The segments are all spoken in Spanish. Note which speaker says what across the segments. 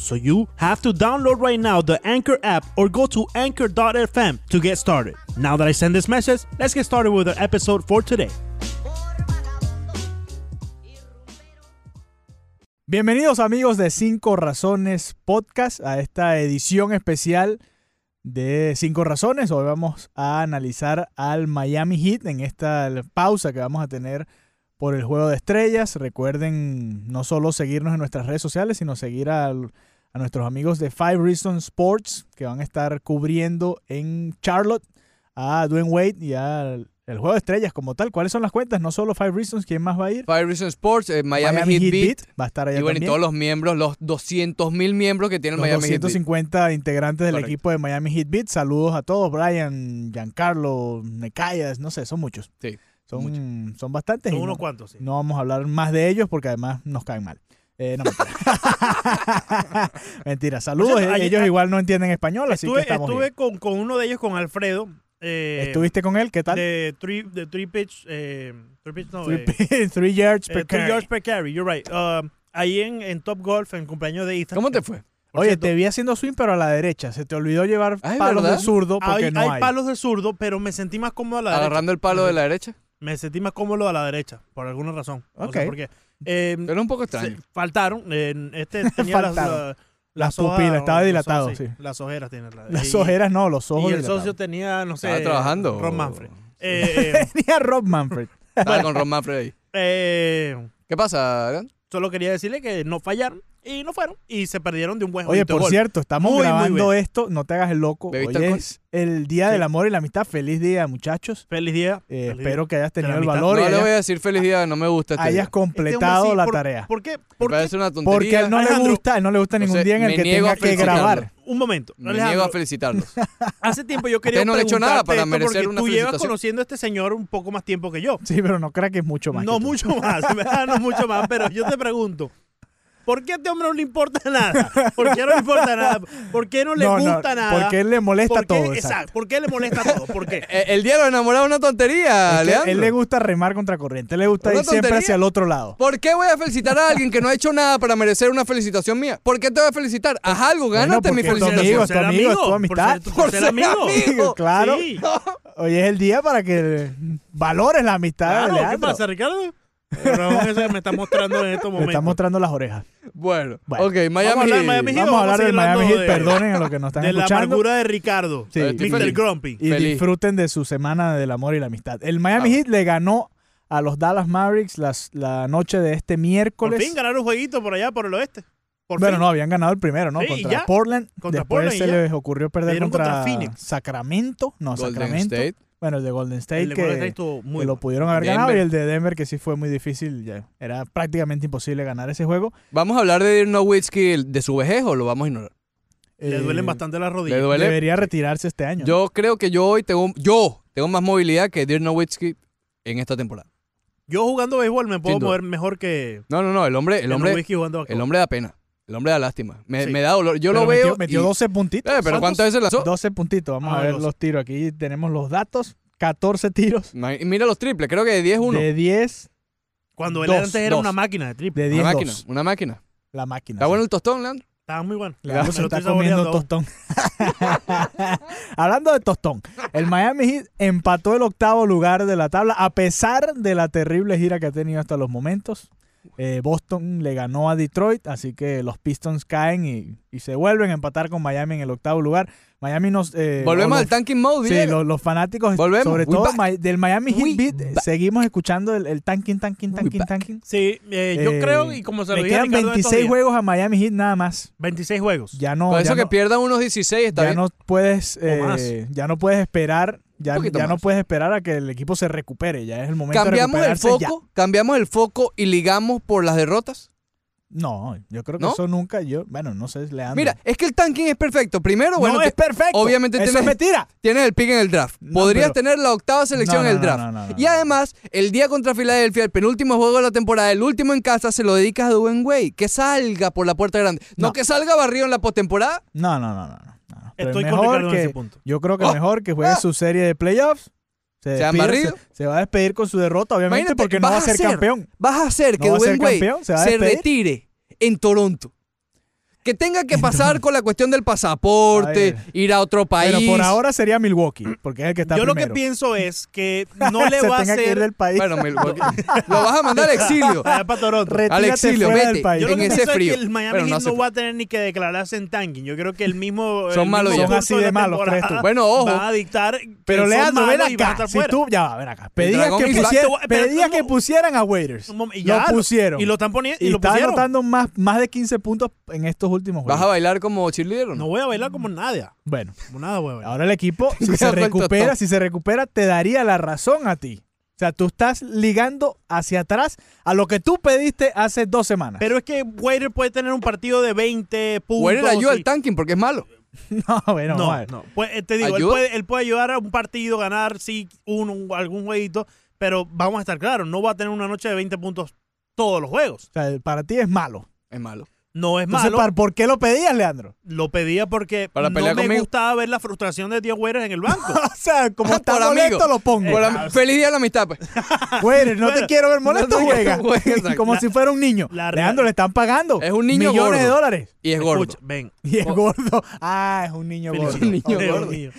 Speaker 1: So you have to download right now the Anchor app or go to anchor.fm to get started. Now that I send this message, let's get started with our episode for today.
Speaker 2: Bienvenidos amigos de Cinco Razones Podcast a esta edición especial de Cinco Razones. Hoy vamos a analizar al Miami Heat en esta pausa que vamos a tener por el Juego de Estrellas. Recuerden no solo seguirnos en nuestras redes sociales, sino seguir al- a nuestros amigos de Five Reasons Sports que van a estar cubriendo en Charlotte a Dwayne Wade y al el Juego de Estrellas como tal. ¿Cuáles son las cuentas? No solo Five Reasons, ¿quién más va a ir?
Speaker 3: Fire Reason Sports, eh, Miami, Heat, Beat.
Speaker 2: va a estar allá
Speaker 3: Y bueno, y
Speaker 2: también.
Speaker 3: todos los miembros, los 200 mil miembros que tiene el
Speaker 2: Los
Speaker 3: Miami Heat. Beat.
Speaker 2: 250 integrantes del
Speaker 3: Correcto.
Speaker 2: equipo de Miami Heat Beat. Saludos a todos, Brian, Giancarlo, Necayas, no sé, son muchos.
Speaker 3: Sí,
Speaker 2: Son, son bastantes. y no,
Speaker 1: cuantos.
Speaker 2: no vamos a hablar más de ellos porque además nos caen mal. Eh, no, mentira. mentira, saludos. eh,
Speaker 1: Por cierto, ayer-
Speaker 2: ellos igual no entienden español, así que
Speaker 4: Estuve,
Speaker 2: estamos
Speaker 4: estuve
Speaker 2: bien.
Speaker 4: con, con uno de ellos, con Alfredo. eh,
Speaker 2: ¿Estuviste con él? ¿Qué tal?
Speaker 4: De three, de three pitch. Eh, three pitch, no.
Speaker 2: Three
Speaker 4: eh,
Speaker 2: pi- three yards
Speaker 4: eh,
Speaker 2: per
Speaker 4: three
Speaker 2: carry.
Speaker 4: yards per carry, you're right. Um, ahí en, en Top Golf, en cumpleaños de Ethan.
Speaker 3: ¿Cómo te fue?
Speaker 4: Por
Speaker 2: Oye,
Speaker 4: cierto,
Speaker 2: te vi haciendo swing, pero a la derecha. Se te olvidó llevar
Speaker 3: Ah, ¿es
Speaker 2: palos
Speaker 3: verdad?
Speaker 2: de zurdo porque
Speaker 4: hay,
Speaker 2: no
Speaker 4: hay
Speaker 2: hay.
Speaker 4: palos de zurdo, pero me sentí más cómodo a la derecha.
Speaker 3: Agarrando el palo de la derecha.
Speaker 4: Me sentí más cómodo a la derecha, por alguna razón. No sé
Speaker 2: Ok.
Speaker 4: por qué. Eh,
Speaker 3: Pero es un poco
Speaker 4: se-
Speaker 3: extraño.
Speaker 4: faltaron. eh, este tenía las,
Speaker 2: Faltaron.
Speaker 4: la-
Speaker 2: Las
Speaker 4: hojas,
Speaker 2: pupilas,
Speaker 4: los
Speaker 2: estaba
Speaker 4: ojos,
Speaker 2: dilatado, sí.
Speaker 4: Las ojeras tienen. la-
Speaker 2: Las
Speaker 4: y-
Speaker 2: ojeras no, los ojos.
Speaker 4: Y el
Speaker 2: dilatados.
Speaker 4: socio tenía, no sé.
Speaker 3: Estaba trabajando.
Speaker 4: Ron
Speaker 3: o-
Speaker 4: Manfred. Eh, eh,
Speaker 2: Tenía Rob Manfred.
Speaker 3: Estaba con Ron Manfred ahí.
Speaker 4: eh,
Speaker 3: ¿Qué pasa, Adrián?
Speaker 4: Solo quería decirle que no fallaron y no fueron y se perdieron de un buen
Speaker 2: Oye,
Speaker 4: jueguito de
Speaker 2: por
Speaker 4: golf.
Speaker 2: cierto, estamos
Speaker 4: Muy, muy
Speaker 2: grabando
Speaker 4: bien.
Speaker 2: esto. No te hagas el loco. Hoy
Speaker 3: ¿Bebiste alcohol?
Speaker 2: es el Día
Speaker 4: Sí.
Speaker 2: del Amor y la Amistad. Feliz día, muchachos.
Speaker 4: Feliz día.
Speaker 2: Eh,
Speaker 4: feliz
Speaker 2: espero que hayas tenido el
Speaker 4: amistad.
Speaker 2: valor
Speaker 3: No
Speaker 2: y
Speaker 3: le
Speaker 2: hayas,
Speaker 3: voy a decir feliz día, no me gusta este.
Speaker 2: hayas
Speaker 3: día.
Speaker 4: día. Este hombre
Speaker 2: completado
Speaker 4: sí,
Speaker 2: la
Speaker 4: por-
Speaker 2: tarea.
Speaker 4: ¿Por qué?
Speaker 3: Me
Speaker 4: ¿Por qué?
Speaker 3: parece una tontería.
Speaker 2: Porque a él no le
Speaker 4: Alejandro,
Speaker 2: gusta, a él no le gusta ningún
Speaker 3: Entonces,
Speaker 2: día en el
Speaker 3: me
Speaker 2: que
Speaker 3: niego a
Speaker 2: tenga que
Speaker 3: felicitarlo.
Speaker 2: grabar.
Speaker 4: Un momento.
Speaker 3: Me
Speaker 4: Alejandro,
Speaker 3: niego a felicitarlos.
Speaker 4: hace tiempo yo quería
Speaker 3: Ustedes no han hecho nada
Speaker 4: preguntarte
Speaker 3: para
Speaker 4: esto
Speaker 3: merecer
Speaker 4: porque
Speaker 3: una
Speaker 4: tú llevas
Speaker 3: felicitación.
Speaker 4: conociendo a este señor un poco más tiempo que yo.
Speaker 2: Sí, pero no crea que es mucho más.
Speaker 4: No
Speaker 2: que tú.
Speaker 4: mucho más, en ¿verdad? No mucho más, pero yo te pregunto. ¿Por qué a este hombre no le importa nada? ¿Por qué no le importa nada? ¿Por qué no le
Speaker 2: No, no,
Speaker 4: gusta nada?
Speaker 2: Porque él le molesta
Speaker 4: ¿Por qué?
Speaker 2: todo. exacto.
Speaker 4: Exacto. ¿Por qué le molesta todo? ¿Por qué?
Speaker 3: Eh, el día de los enamorados es una tontería,
Speaker 2: Es que
Speaker 3: Leandro.
Speaker 2: él le gusta remar contra corriente. Él le gusta
Speaker 3: Una
Speaker 2: ir siempre
Speaker 3: tontería.
Speaker 2: hacia el otro lado.
Speaker 3: ¿Por qué voy a felicitar a alguien que no ha hecho nada para merecer una felicitación mía? ¿Por qué te voy a felicitar? Haz algo, gánate
Speaker 2: porque
Speaker 3: mi
Speaker 2: es tu
Speaker 3: felicitación.
Speaker 2: amigo, es tu
Speaker 4: ser
Speaker 2: amigo, es tu
Speaker 4: por
Speaker 2: amistad.
Speaker 4: ser- Por ser,
Speaker 3: Por ser
Speaker 4: amigo.
Speaker 3: amigo. Digo,
Speaker 2: claro.
Speaker 4: Sí.
Speaker 2: Hoy es el día para que valores la amistad
Speaker 4: Claro,
Speaker 2: de
Speaker 4: ¿qué
Speaker 2: Leandro.
Speaker 4: pasa, este Ricardo? Pero eso que me está mostrando en estos
Speaker 2: Le está
Speaker 4: momentos.
Speaker 2: mostrando las orejas.
Speaker 3: Bueno,
Speaker 2: Bueno,
Speaker 3: ok, Miami.
Speaker 4: a hablar de Miami Heat.
Speaker 2: Vamos a
Speaker 4: vamos a
Speaker 2: hablar del
Speaker 4: seguir
Speaker 2: Miami
Speaker 4: hablando
Speaker 2: Heat.
Speaker 4: de-
Speaker 2: Perdonen a los que nos están
Speaker 4: De la
Speaker 2: escuchando.
Speaker 4: amargura de Ricardo.
Speaker 2: Sí.
Speaker 3: Estoy
Speaker 4: Mr.
Speaker 3: feliz.
Speaker 4: Grumpy.
Speaker 2: y
Speaker 3: Feliz.
Speaker 2: disfruten de su semana del amor y la amistad. El Miami
Speaker 3: Vamos.
Speaker 2: Heat le ganó a los Dallas Mavericks las- la noche de este
Speaker 4: Por
Speaker 2: miércoles.
Speaker 4: fin ganaron un jueguito por allá, por el oeste. Por
Speaker 2: bueno,
Speaker 4: fin.
Speaker 2: no, habían ganado el primero, ¿no?
Speaker 4: Sí, y
Speaker 2: contra
Speaker 4: ya.
Speaker 2: Portland.
Speaker 4: Contra
Speaker 2: Después
Speaker 4: Portland y
Speaker 2: se
Speaker 4: ya.
Speaker 2: les ocurrió perder
Speaker 4: Perdieron
Speaker 2: contra,
Speaker 4: contra Phoenix.
Speaker 2: Sacramento. No,
Speaker 3: Golden
Speaker 2: Sacramento.
Speaker 3: State.
Speaker 2: Bueno, el de Golden State,
Speaker 4: El de
Speaker 2: que,
Speaker 4: Golden State estuvo muy
Speaker 2: que lo
Speaker 4: bueno.
Speaker 2: pudieron haber ganado.
Speaker 3: Denver.
Speaker 2: Y el de Denver, que sí fue muy difícil. ya, Era prácticamente imposible ganar ese juego.
Speaker 3: ¿Vamos a hablar de Dirk Nowitzki de su vejez o lo vamos a ignorar?
Speaker 4: Le
Speaker 2: Eh,
Speaker 4: duelen bastante las
Speaker 3: ¿Le
Speaker 4: rodillas.
Speaker 3: duele?
Speaker 2: Debería retirarse este año.
Speaker 3: Yo creo que yo hoy tengo, yo tengo más movilidad que Dirk Nowitzki en esta temporada.
Speaker 4: Yo jugando béisbol me puedo
Speaker 3: Sin duda.
Speaker 4: mover mejor que
Speaker 3: No, no, no, el hombre, el
Speaker 4: que
Speaker 3: hombre,
Speaker 4: Nowitzki jugando
Speaker 3: el hombre da pena, el hombre da lástima. Me,
Speaker 4: Sí.
Speaker 3: me da dolor. Yo
Speaker 2: Pero
Speaker 3: lo
Speaker 2: metió-
Speaker 3: veo.
Speaker 2: Metió
Speaker 3: y-
Speaker 2: 12 puntitos.
Speaker 3: Eh, pero ¿cuántas veces lanzó?
Speaker 2: 12 puntitos. Vamos a
Speaker 4: Ah,
Speaker 2: ver
Speaker 4: los-
Speaker 2: los tiros. Aquí tenemos los datos. 14 tiros.
Speaker 3: Ma- y Mira los triples, creo que de 10 1.
Speaker 2: De 10,
Speaker 4: Cuando él
Speaker 2: Dos,
Speaker 4: antes era
Speaker 3: dos.
Speaker 4: una máquina de triple.
Speaker 2: de
Speaker 3: Una
Speaker 2: 10
Speaker 3: máquina,
Speaker 2: 2.
Speaker 3: una máquina.
Speaker 2: La máquina.
Speaker 3: Está
Speaker 2: sí.
Speaker 3: bueno el tostón, Leandro.
Speaker 4: Estaba muy bueno.
Speaker 2: Leandro
Speaker 4: Me
Speaker 2: se
Speaker 4: lo
Speaker 2: está
Speaker 4: estoy
Speaker 2: comiendo
Speaker 4: saboreando.
Speaker 2: tostón. Hablando de tostón, el Miami Heat empató el octavo lugar de la tabla a pesar de la terrible gira que ha tenido hasta los momentos. Eh, Boston le ganó a Detroit, así que los Pistons caen y, y se vuelven a empatar con Miami en el octavo lugar. Miami nos... eh,
Speaker 3: Volvemos
Speaker 2: o
Speaker 3: al
Speaker 2: los-
Speaker 3: tanking mode,
Speaker 2: Sí,
Speaker 3: Diego.
Speaker 2: lo- los fanáticos,
Speaker 3: Volvemos.
Speaker 2: sobre
Speaker 3: We
Speaker 2: todo
Speaker 3: back.
Speaker 2: mi- del Miami
Speaker 3: We
Speaker 2: Heat Beat, eh,
Speaker 3: back.
Speaker 2: seguimos escuchando el, el tanking, tanking,
Speaker 3: We
Speaker 2: tanking,
Speaker 3: back.
Speaker 2: tanking.
Speaker 4: Sí, eh, yo
Speaker 2: Eh,
Speaker 4: creo, y como se lo
Speaker 2: Le
Speaker 4: dije a
Speaker 2: quedan
Speaker 4: Ricardo en estos
Speaker 2: 26
Speaker 4: días,
Speaker 2: juegos a Miami Heat nada más.
Speaker 4: 26 juegos.
Speaker 2: Ya no,
Speaker 3: Por
Speaker 2: ya
Speaker 3: eso que
Speaker 2: no-
Speaker 3: pierda unos 16 está
Speaker 2: ya
Speaker 3: bien.
Speaker 2: no puedes eh,
Speaker 4: más.
Speaker 2: ya no puedes esperar ya,
Speaker 3: poquito
Speaker 2: ya no
Speaker 3: más.
Speaker 2: puedes esperar a que el equipo se recupere ya es el momento de
Speaker 3: cambiamos el
Speaker 2: recuperarse ya.
Speaker 3: foco, cambiamos el foco y ligamos por las derrotas.
Speaker 2: No, yo creo que
Speaker 3: ¿No?
Speaker 2: eso nunca, yo, bueno, no sé, Leandro.
Speaker 3: Mira, es que el tanking es perfecto. Primero, bueno,
Speaker 2: no es
Speaker 3: te-
Speaker 2: perfecto.
Speaker 3: obviamente
Speaker 2: eso
Speaker 3: tienes-
Speaker 2: es mentira.
Speaker 3: tienes el pick en el draft.
Speaker 2: No,
Speaker 3: Podrías
Speaker 2: pero-
Speaker 3: tener la octava selección
Speaker 2: No, no,
Speaker 3: en el
Speaker 2: no,
Speaker 3: draft.
Speaker 2: no, no, no,
Speaker 3: y
Speaker 2: no.
Speaker 3: además, el día contra Filadelfia, el penúltimo juego de la temporada, el último en casa, se lo dedicas a Dwayne Wade. Que salga por la puerta grande. No,
Speaker 2: No.
Speaker 3: que salga barrio en la postemporada.
Speaker 2: No, no, no, no. no, no. Pero
Speaker 4: Estoy con
Speaker 2: mejor
Speaker 4: Ricardo en
Speaker 2: que-
Speaker 4: ese punto.
Speaker 2: Yo creo que
Speaker 3: Oh.
Speaker 2: mejor que juegue
Speaker 3: Ah.
Speaker 2: su serie de playoffs. Se,
Speaker 3: Se han
Speaker 2: despida,
Speaker 3: barrido.
Speaker 2: se- se va a despedir con su derrota, obviamente,
Speaker 3: Imagínate,
Speaker 2: porque no
Speaker 3: vas
Speaker 2: va a
Speaker 3: a
Speaker 2: ser
Speaker 3: ser-
Speaker 2: campeón.
Speaker 3: Vas a hacer que
Speaker 2: No va a ser
Speaker 3: Dwayne Wade
Speaker 2: campeón, se
Speaker 3: se,
Speaker 2: va a despedir.
Speaker 3: retire en Toronto. Que tenga que pasar con la cuestión del pasaporte,
Speaker 2: A ver.
Speaker 3: ir a otro país.
Speaker 2: Pero por ahora sería Milwaukee, porque es el que está
Speaker 4: Yo lo que
Speaker 2: primero.
Speaker 4: pienso es que no le
Speaker 2: Se
Speaker 4: va a
Speaker 2: tenga que ir
Speaker 4: hacer
Speaker 2: del país.
Speaker 3: Bueno, Milwaukee. lo vas a mandar al exilio.
Speaker 4: Allá para Toronto.
Speaker 2: Retírate
Speaker 3: al exilio,
Speaker 2: fuera
Speaker 3: vete.
Speaker 2: del país.
Speaker 4: Yo lo
Speaker 3: en
Speaker 4: que
Speaker 3: ese
Speaker 4: pienso
Speaker 3: frío.
Speaker 4: es que el Miami
Speaker 3: Bueno, no
Speaker 4: Heat
Speaker 3: hace
Speaker 4: no va a tener ni que declararse en tanking. Yo creo que el mismo
Speaker 3: Son
Speaker 4: el
Speaker 3: malos
Speaker 4: mismo
Speaker 3: ya.
Speaker 2: Son
Speaker 4: curso
Speaker 2: así
Speaker 4: de,
Speaker 2: de
Speaker 4: la
Speaker 2: malos,
Speaker 4: temporada
Speaker 2: crees tú.
Speaker 3: Bueno, ojo.
Speaker 4: Va a dictar que
Speaker 2: Pero
Speaker 4: son
Speaker 2: Leandro, ven
Speaker 4: malos y van a
Speaker 2: acá.
Speaker 4: estar
Speaker 2: Si
Speaker 4: fuera.
Speaker 2: tú, ya va, ven acá. Pedías
Speaker 3: dragón
Speaker 2: que,
Speaker 3: y la-
Speaker 2: pusier-
Speaker 4: te voy- pero
Speaker 2: pedías
Speaker 4: no-
Speaker 2: que pusieran a Waiters.
Speaker 4: Un mom- y
Speaker 2: lo
Speaker 4: ya,
Speaker 2: pusieron.
Speaker 4: Y lo están poniendo.
Speaker 2: Y
Speaker 4: Y, lo
Speaker 2: está
Speaker 4: pusieron.
Speaker 2: anotando más, más de 15 puntos en estos últimos
Speaker 3: ¿Vas a
Speaker 2: juegos.
Speaker 3: bailar como cheerleader o no?
Speaker 4: No voy a bailar como nadie.
Speaker 2: Bueno,
Speaker 4: Como nada voy a bailar.
Speaker 2: ahora el equipo, si se
Speaker 3: Cuidado con el
Speaker 2: recupera,
Speaker 3: tostón.
Speaker 2: si se recupera, te daría la razón a ti. O sea, tú estás ligando hacia atrás a lo que tú pediste hace dos semanas.
Speaker 4: Pero es que Waiter puede tener un partido de 20 puntos.
Speaker 3: O él ayuda
Speaker 4: y-
Speaker 3: al tanking porque es malo.
Speaker 2: no, bueno, vamos a
Speaker 4: No,
Speaker 2: ver.
Speaker 4: no. Pues, eh, te digo, él
Speaker 3: ¿Ayuda?
Speaker 4: puede, él puede ayudar a un partido, ganar, sí, un, un- algún jueguito, pero vamos a estar claros, no va a tener una noche de 20 puntos todos los juegos.
Speaker 2: O sea, para ti es malo.
Speaker 3: Es malo.
Speaker 4: No es
Speaker 2: Entonces,
Speaker 4: malo.
Speaker 2: ¿para- ¿por qué lo pedías, Leandro?
Speaker 4: Lo pedía porque
Speaker 3: Para
Speaker 4: no me
Speaker 3: pelear conmigo.
Speaker 4: gustaba ver la frustración de Tío Güeres en el banco.
Speaker 2: O sea, como
Speaker 3: Ah,
Speaker 2: está
Speaker 3: por
Speaker 2: molesto,
Speaker 3: amigo.
Speaker 2: lo
Speaker 4: Eh,
Speaker 2: pongo.
Speaker 3: Por la- feliz día de la amistad, pues.
Speaker 2: Waiters, Eh, no te
Speaker 4: Bueno,
Speaker 2: quiero ver molesto,
Speaker 3: no te
Speaker 2: juega.
Speaker 3: quiero- juega, exacto.
Speaker 2: como si fuera un niño.
Speaker 4: la
Speaker 2: Leandro,
Speaker 4: real-
Speaker 2: le están pagando.
Speaker 3: Es un niño
Speaker 2: Millones de
Speaker 3: gordo.
Speaker 2: dólares.
Speaker 3: Y es gordo.
Speaker 4: Escucha, ven.
Speaker 2: Y es
Speaker 3: Oh.
Speaker 2: gordo. Ah, es un niño gordo.
Speaker 4: Feliz-
Speaker 3: Es un niño
Speaker 2: Ok,
Speaker 4: Dios
Speaker 3: gordo.
Speaker 4: mío.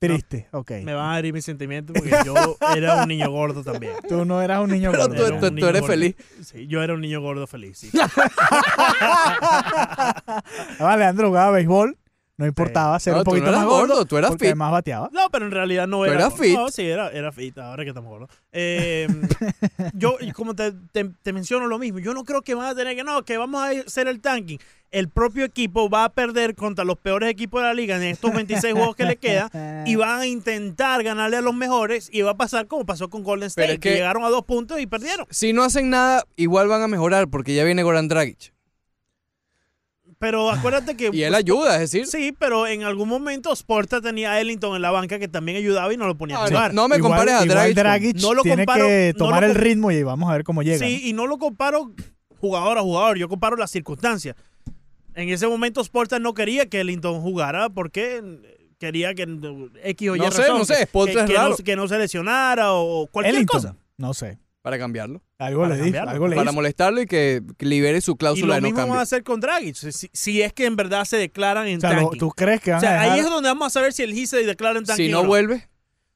Speaker 2: Triste, ok.
Speaker 4: Me van a herir mis sentimientos porque yo era un niño gordo también.
Speaker 2: Tú no eras un niño
Speaker 3: Pero
Speaker 2: gordo.
Speaker 3: tú,
Speaker 4: Era un
Speaker 3: tú- tú
Speaker 4: niño
Speaker 3: eres
Speaker 4: gordo.
Speaker 3: feliz.
Speaker 4: Sí, yo era un niño gordo feliz. sí.
Speaker 2: Ah, Leandro jugaba béisbol. No importaba ser
Speaker 3: No,
Speaker 2: un
Speaker 3: tú no
Speaker 2: poquito
Speaker 3: eras
Speaker 2: más gordo.
Speaker 3: gordo, tú eras
Speaker 2: porque
Speaker 3: fit.
Speaker 2: además bateaba.
Speaker 4: No, pero en realidad no
Speaker 3: Pero
Speaker 4: era.
Speaker 3: era
Speaker 4: gordo.
Speaker 3: fit.
Speaker 4: No, sí, era, era fit, ahora que estamos gordos. Eh, yo, y como te, te- te menciono lo mismo, yo no creo que van a tener que, no, que vamos a hacer el tanking. El propio equipo va a perder contra los peores equipos de la liga en estos 26 juegos que le quedan y van a intentar ganarle a los mejores y va a pasar como pasó con Golden State,
Speaker 3: Pero es
Speaker 4: que,
Speaker 3: que-
Speaker 4: llegaron a dos puntos y perdieron.
Speaker 3: Si no hacen nada, igual van a mejorar porque ya viene Goran Dragic.
Speaker 4: Pero acuérdate que...
Speaker 3: Ah, Y él ayuda, es decir.
Speaker 4: Sí, pero en algún momento Sporta tenía a Ellington en la banca que también ayudaba y no lo ponía a
Speaker 3: No,
Speaker 4: jugar.
Speaker 3: Ah, no me
Speaker 2: Igual-
Speaker 3: compares a
Speaker 2: igual
Speaker 3: Dragic. con-
Speaker 4: No lo
Speaker 2: tiene
Speaker 4: comparo-
Speaker 2: que
Speaker 4: no
Speaker 2: tomar
Speaker 4: lo
Speaker 2: el
Speaker 4: com-
Speaker 2: ritmo y vamos a ver cómo llega.
Speaker 4: Sí, y no lo comparo jugador a jugador, yo comparo las circunstancias. En ese momento Sporta no quería que Ellington jugara porque quería que X o Y
Speaker 3: No sé,
Speaker 4: razón,
Speaker 3: no sé,
Speaker 4: que-
Speaker 3: Sporta
Speaker 4: que,
Speaker 3: es
Speaker 4: que no,
Speaker 3: raro.
Speaker 4: que no se lesionara o cualquier
Speaker 2: Ellington,
Speaker 4: cosa.
Speaker 2: No sé.
Speaker 3: Para cambiarlo.
Speaker 2: Algo
Speaker 4: Para
Speaker 2: le dijo.
Speaker 4: cambiarlo.
Speaker 2: Algo le
Speaker 3: Para
Speaker 2: hizo.
Speaker 3: molestarlo y que que libere su
Speaker 4: Y
Speaker 3: cláusula
Speaker 4: lo
Speaker 3: de no
Speaker 4: mismo van a
Speaker 3: cambio.
Speaker 4: hacer con Dragic, si, si es que en verdad se declaran en
Speaker 2: O sea, lo-
Speaker 4: tanking.
Speaker 2: ¿tú crees que van
Speaker 4: O sea,
Speaker 2: a dejar-
Speaker 4: ahí es donde vamos a saber si el Heat se declara en tanking
Speaker 3: Si
Speaker 4: o
Speaker 3: no vuelve,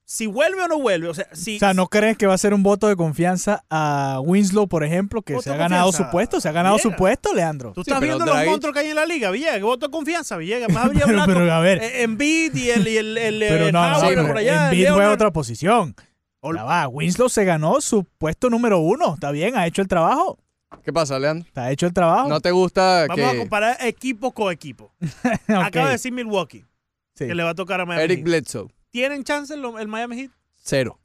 Speaker 4: Si vuelve o no vuelve, o sea, si
Speaker 2: O sea, ¿no crees que va a ser un voto de confianza a Winslow, por ejemplo, que
Speaker 4: Voto
Speaker 2: se ha
Speaker 4: de
Speaker 2: ganado
Speaker 4: confianza,
Speaker 2: su puesto? Se ha ganado su
Speaker 4: Villegas.
Speaker 2: puesto, Leandro.
Speaker 4: tú
Speaker 3: Sí,
Speaker 4: estás
Speaker 3: pero
Speaker 4: viendo
Speaker 3: Dragic-
Speaker 4: los monstruos que hay en la liga, Villegas, voto de confianza, Villegas, más habría
Speaker 2: Pero,
Speaker 4: Blanco,
Speaker 2: pero, a ver,
Speaker 4: eh, Embiid y el, y el, el,
Speaker 2: pero
Speaker 4: el
Speaker 2: no, no,
Speaker 4: eh, Howard
Speaker 3: sí,
Speaker 2: pero
Speaker 4: por allá,
Speaker 2: Embiid juega
Speaker 4: Leonard.
Speaker 2: otra posición.
Speaker 4: Ol-
Speaker 2: Ya va, Winslow se ganó su puesto número uno. Está bien, ha hecho el trabajo.
Speaker 3: ¿qué pasa, Leandro?
Speaker 2: Está hecho el trabajo.
Speaker 3: ¿No te gusta
Speaker 4: Vamos a
Speaker 3: que
Speaker 4: comparar equipo con equipo.
Speaker 2: Ok,
Speaker 4: Acaba de decir Milwaukee
Speaker 2: sí.
Speaker 4: que le va a tocar a Miami
Speaker 3: Eric
Speaker 4: Heat.
Speaker 3: Bledsoe?
Speaker 4: ¿Tienen chance el, el Miami Heat?
Speaker 3: Cero.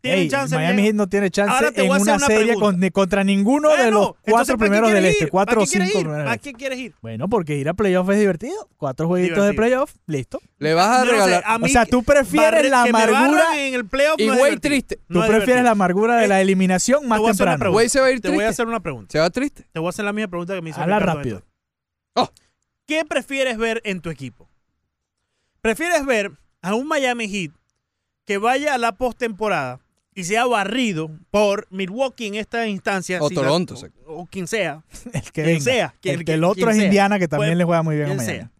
Speaker 4: ¿Tienen
Speaker 2: Ey,
Speaker 4: chance?
Speaker 2: Miami
Speaker 4: Diego?
Speaker 2: Heat no tiene chance
Speaker 4: Ahora te
Speaker 2: en
Speaker 4: voy a hacer
Speaker 2: una,
Speaker 4: una
Speaker 2: serie
Speaker 4: pregunta.
Speaker 2: con- contra ninguno de
Speaker 4: Bueno,
Speaker 2: los
Speaker 4: entonces, ¿para
Speaker 2: cuatro
Speaker 4: qué
Speaker 2: primeros
Speaker 4: quieres ir?
Speaker 2: del este, cuatro
Speaker 4: ¿Para
Speaker 2: o
Speaker 4: qué quieres
Speaker 2: cinco
Speaker 4: ir?
Speaker 2: primeros del
Speaker 4: ¿Para
Speaker 2: este.
Speaker 4: qué quieres ir?
Speaker 2: Bueno, porque ir a playoff es divertido. Cuatro jueguitos de
Speaker 4: Divertido.
Speaker 2: playoff, listo.
Speaker 3: Le vas a
Speaker 4: Yo no sé,
Speaker 3: regalar.
Speaker 4: a
Speaker 2: O
Speaker 4: mí
Speaker 2: sea,
Speaker 4: que-
Speaker 2: tú prefieres
Speaker 4: barre-
Speaker 2: la
Speaker 4: que me
Speaker 2: amargura
Speaker 4: barran en el playoff
Speaker 3: Y
Speaker 4: no es
Speaker 3: Wade
Speaker 4: divertido.
Speaker 3: triste.
Speaker 2: Tú
Speaker 4: No es
Speaker 2: prefieres
Speaker 4: divertido.
Speaker 2: la amargura de
Speaker 4: Eh,
Speaker 2: la eliminación más
Speaker 4: voy a hacer una
Speaker 2: temprano.
Speaker 4: pregunta.
Speaker 3: Wade se va a ir
Speaker 4: Te voy a
Speaker 3: triste.
Speaker 4: hacer una pregunta.
Speaker 3: Se va triste.
Speaker 4: Te voy a hacer la misma pregunta que me hizo
Speaker 2: Habla
Speaker 4: Ricardo
Speaker 2: rápido.
Speaker 4: Ventura.
Speaker 3: Oh.
Speaker 4: ¿Qué prefieres ver en tu equipo? ¿Prefieres ver a un Miami Heat que vaya a la postemporada y sea barrido por Milwaukee en esta instancia?
Speaker 3: O
Speaker 4: si la-
Speaker 3: Toronto,
Speaker 4: o-
Speaker 3: sí.
Speaker 4: o quien sea.
Speaker 2: El que
Speaker 4: Quien
Speaker 2: venga.
Speaker 4: sea, quien-
Speaker 2: el, que el otro
Speaker 4: quien
Speaker 2: es
Speaker 4: sea.
Speaker 2: Indiana, que también
Speaker 4: Puede-
Speaker 2: le juega muy bien a
Speaker 4: quien
Speaker 2: Miami.
Speaker 4: sea.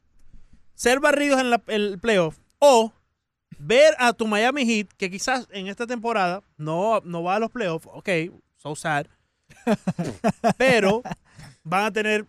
Speaker 4: Ser barridos en la- el playoff o ver a tu Miami Heat que quizás en esta temporada no, no va a los playoffs, ok, so sad, pero van a tener...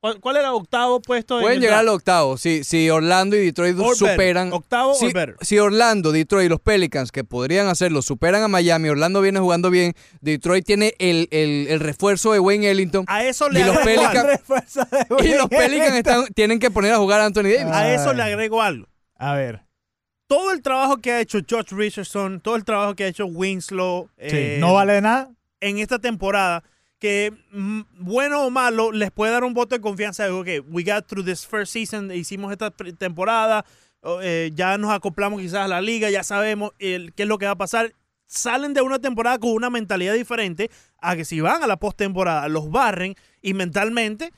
Speaker 4: ¿Cuál, cuál era octavo puesto? en
Speaker 3: Pueden
Speaker 4: el
Speaker 3: llegar al
Speaker 4: draft?
Speaker 3: octavo. Si, si Orlando y Detroit
Speaker 4: Or better.
Speaker 3: superan.
Speaker 4: Octavo
Speaker 3: Si,
Speaker 4: o better.
Speaker 3: si Orlando, Detroit y los Pelicans, que podrían hacerlo, superan a Miami, Orlando viene jugando bien, Detroit tiene el, el- el refuerzo de Wayne Ellington
Speaker 4: A eso
Speaker 3: Y
Speaker 4: le
Speaker 3: los
Speaker 4: agrego
Speaker 3: Pelicans-
Speaker 4: algo.
Speaker 2: Ah,
Speaker 3: y los Pelicans están- tienen que poner a jugar a Anthony Davis.
Speaker 4: A eso
Speaker 2: Ay.
Speaker 4: le agrego algo.
Speaker 2: A ver,
Speaker 4: Todo el trabajo que ha hecho George Richardson, todo el trabajo que ha hecho Winslow
Speaker 2: sí,
Speaker 4: eh,
Speaker 2: no vale de nada.
Speaker 4: en esta temporada, que mm, bueno o malo les puede dar un voto de confianza de, ok, we got through this first season, hicimos esta pre- temporada, o, eh, ya nos acoplamos quizás a la liga, ya sabemos el- qué es lo que va a pasar. Salen de una temporada con una mentalidad diferente a que si van a la postemporada, los barren y mentalmente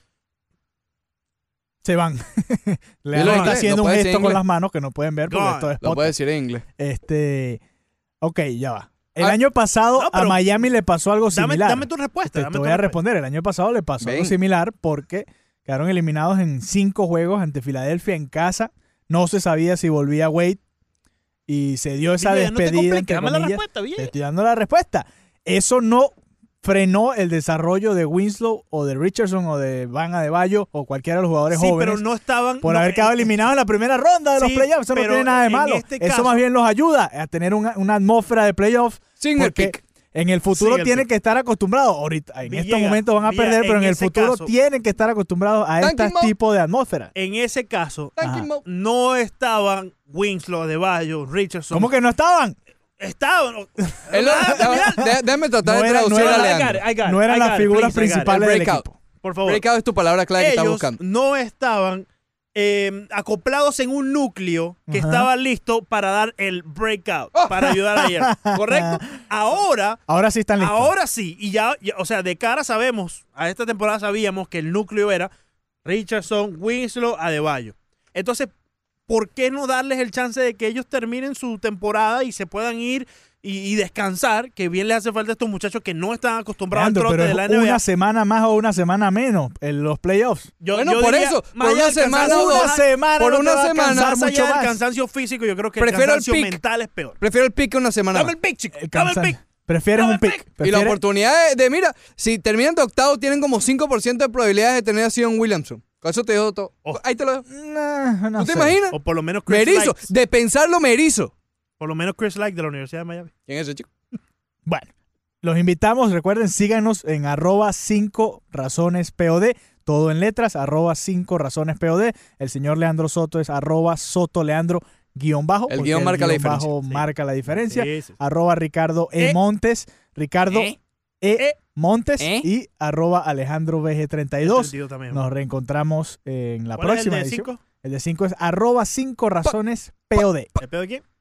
Speaker 2: Se van.
Speaker 3: Dilo
Speaker 2: Leandro
Speaker 3: en
Speaker 2: está
Speaker 3: inglés,
Speaker 2: haciendo
Speaker 3: lo
Speaker 2: un
Speaker 3: puedes
Speaker 2: gesto
Speaker 3: decir en
Speaker 2: con
Speaker 3: inglés.
Speaker 2: las manos que no pueden ver porque
Speaker 4: Gone.
Speaker 2: esto es
Speaker 3: Lo
Speaker 2: podcast.
Speaker 3: puede decir en inglés.
Speaker 2: Este. Ok, ya va. El
Speaker 3: Ah,
Speaker 2: año pasado
Speaker 4: no, pero-
Speaker 2: a Miami le pasó algo
Speaker 4: Dame,
Speaker 2: similar.
Speaker 4: dame tu respuesta.
Speaker 2: te,
Speaker 4: dame
Speaker 2: te
Speaker 4: tu
Speaker 2: voy a
Speaker 4: respuesta.
Speaker 2: responder. El año pasado le pasó algo
Speaker 3: Ven.
Speaker 2: similar porque quedaron eliminados en cinco juegos ante Filadelfia en casa. No se sabía si volvía Wade y se dio esa
Speaker 4: Dime, no te
Speaker 2: despedida.
Speaker 4: compliques,
Speaker 2: entre
Speaker 4: dame la
Speaker 2: comillas.
Speaker 4: respuesta, bien.
Speaker 2: Te estoy dando la respuesta. Eso no frenó el desarrollo de Winslow o de Richardson o de Van Adebayo o cualquiera de los jugadores
Speaker 4: Sí,
Speaker 2: jóvenes
Speaker 4: pero no estaban.
Speaker 2: por
Speaker 4: no,
Speaker 2: haber quedado
Speaker 4: eh,
Speaker 2: eliminados en la primera ronda de los
Speaker 4: Sí,
Speaker 2: playoffs. Eso no
Speaker 4: pero
Speaker 2: tiene nada de
Speaker 4: en
Speaker 2: malo.
Speaker 4: este
Speaker 2: Eso
Speaker 4: caso-
Speaker 2: más bien los ayuda a tener una, una atmósfera de playoffs
Speaker 3: Single
Speaker 2: porque
Speaker 3: pick.
Speaker 2: en el futuro
Speaker 4: Sí, el
Speaker 2: tienen
Speaker 4: pick.
Speaker 2: que estar acostumbrados. Ahorita, en estos
Speaker 4: Villegas,
Speaker 2: momentos van a
Speaker 4: Villegas,
Speaker 2: perder, pero en,
Speaker 4: en
Speaker 2: el
Speaker 4: ese
Speaker 2: futuro
Speaker 4: caso-
Speaker 2: tienen que estar acostumbrados a
Speaker 3: Tanking
Speaker 2: este
Speaker 3: mode.
Speaker 2: tipo de atmósfera.
Speaker 4: En ese caso,
Speaker 3: Thank you,
Speaker 2: Ajá.
Speaker 3: Mo.
Speaker 4: no estaban Winslow, De Bayo, Richardson.
Speaker 2: ¿Cómo que no estaban?
Speaker 4: Estaban.
Speaker 3: Él lo- Dé- Déjame tratar
Speaker 2: No
Speaker 3: de
Speaker 2: era- no
Speaker 3: traducir
Speaker 2: era
Speaker 3: a
Speaker 2: la
Speaker 3: Leandro.
Speaker 2: No eran las figuras principales del
Speaker 3: Breakout.
Speaker 2: equipo.
Speaker 4: Por favor.
Speaker 3: Breakout es tu palabra clave que estás
Speaker 4: Ellos
Speaker 3: buscando.
Speaker 4: no estaban eh, acoplados en un núcleo que
Speaker 2: Ajá.
Speaker 4: estaba listo para dar el breakout,
Speaker 3: Oh.
Speaker 4: para ayudar ayer. ¿Correcto? Ahora
Speaker 2: Ahora sí están listos.
Speaker 4: Ahora sí, y ya, ya- o sea, de cara sabemos, a esta temporada sabíamos que el núcleo era Richardson, Winslow, Adebayo. Entonces, ¿por qué no darles el chance de que ellos terminen su temporada y se puedan ir y, y descansar? Que bien les hace falta a estos muchachos que no están acostumbrados
Speaker 2: Leandro,
Speaker 4: al trote
Speaker 2: pero
Speaker 4: de la
Speaker 2: es
Speaker 4: NBA.
Speaker 2: una semana más o una semana menos en los playoffs.
Speaker 4: Yo-
Speaker 3: Bueno,
Speaker 4: yo
Speaker 3: por
Speaker 4: diría,
Speaker 3: eso,
Speaker 4: más
Speaker 3: por
Speaker 4: allá
Speaker 3: una
Speaker 4: del
Speaker 3: semana
Speaker 4: cansancio-
Speaker 3: o dos,
Speaker 4: más-
Speaker 2: semana
Speaker 3: por
Speaker 2: no te
Speaker 3: una
Speaker 2: va a
Speaker 3: semana,
Speaker 2: alcanzar
Speaker 4: Más
Speaker 2: mucho
Speaker 4: allá del
Speaker 2: más.
Speaker 4: cansancio físico, yo creo que el
Speaker 3: Prefiero el
Speaker 4: cansancio
Speaker 3: pick.
Speaker 4: mental es peor.
Speaker 3: Prefiero el pick que una semana
Speaker 4: Dame
Speaker 3: más.
Speaker 4: el pick, chico.
Speaker 2: El
Speaker 4: Dame el
Speaker 2: cansan-
Speaker 4: pick.
Speaker 2: Prefieres
Speaker 4: Dame
Speaker 2: un
Speaker 4: el
Speaker 2: pick.
Speaker 4: pick.
Speaker 3: Y la
Speaker 2: Prefieres-
Speaker 3: oportunidad de, de- mira, si terminan de octavo, tienen como 5% de probabilidades de tener a Sion Williamson. Con eso te dejo todo.
Speaker 4: Oh.
Speaker 3: Ahí te lo dejo.
Speaker 2: Nah, no
Speaker 3: ¿Tú te
Speaker 2: sé.
Speaker 3: imaginas?
Speaker 4: O por lo menos Chris
Speaker 3: Merizo.
Speaker 4: Light.
Speaker 3: De pensarlo, Merizo.
Speaker 4: Por lo menos Chris Light de la Universidad de Miami.
Speaker 3: ¿Quién es ese chico?
Speaker 2: Bueno, los invitamos, recuerden, síganos en arroba 5 razones POD, todo en letras, arroba 5 razones POD. El señor Leandro Soto es arroba Soto Leandro guión bajo.
Speaker 3: El
Speaker 2: porque
Speaker 3: guión marca la diferencia,
Speaker 2: bajo
Speaker 4: sí.
Speaker 2: marca la diferencia.
Speaker 4: Sí, sí, sí.
Speaker 2: Arroba Ricardo E.
Speaker 4: Eh.
Speaker 2: Montes, Ricardo E.
Speaker 3: Eh.
Speaker 4: Eh. Este
Speaker 2: Montes
Speaker 3: Eh.
Speaker 2: y arroba Alejandro VG32.
Speaker 4: 32 también.
Speaker 2: Nos reencontramos en la
Speaker 4: ¿Cuál es
Speaker 2: próxima
Speaker 4: el de
Speaker 2: edición.
Speaker 4: cinco?
Speaker 2: El de 5 es arroba 5 razones POD.
Speaker 4: ¿El pedo de quién?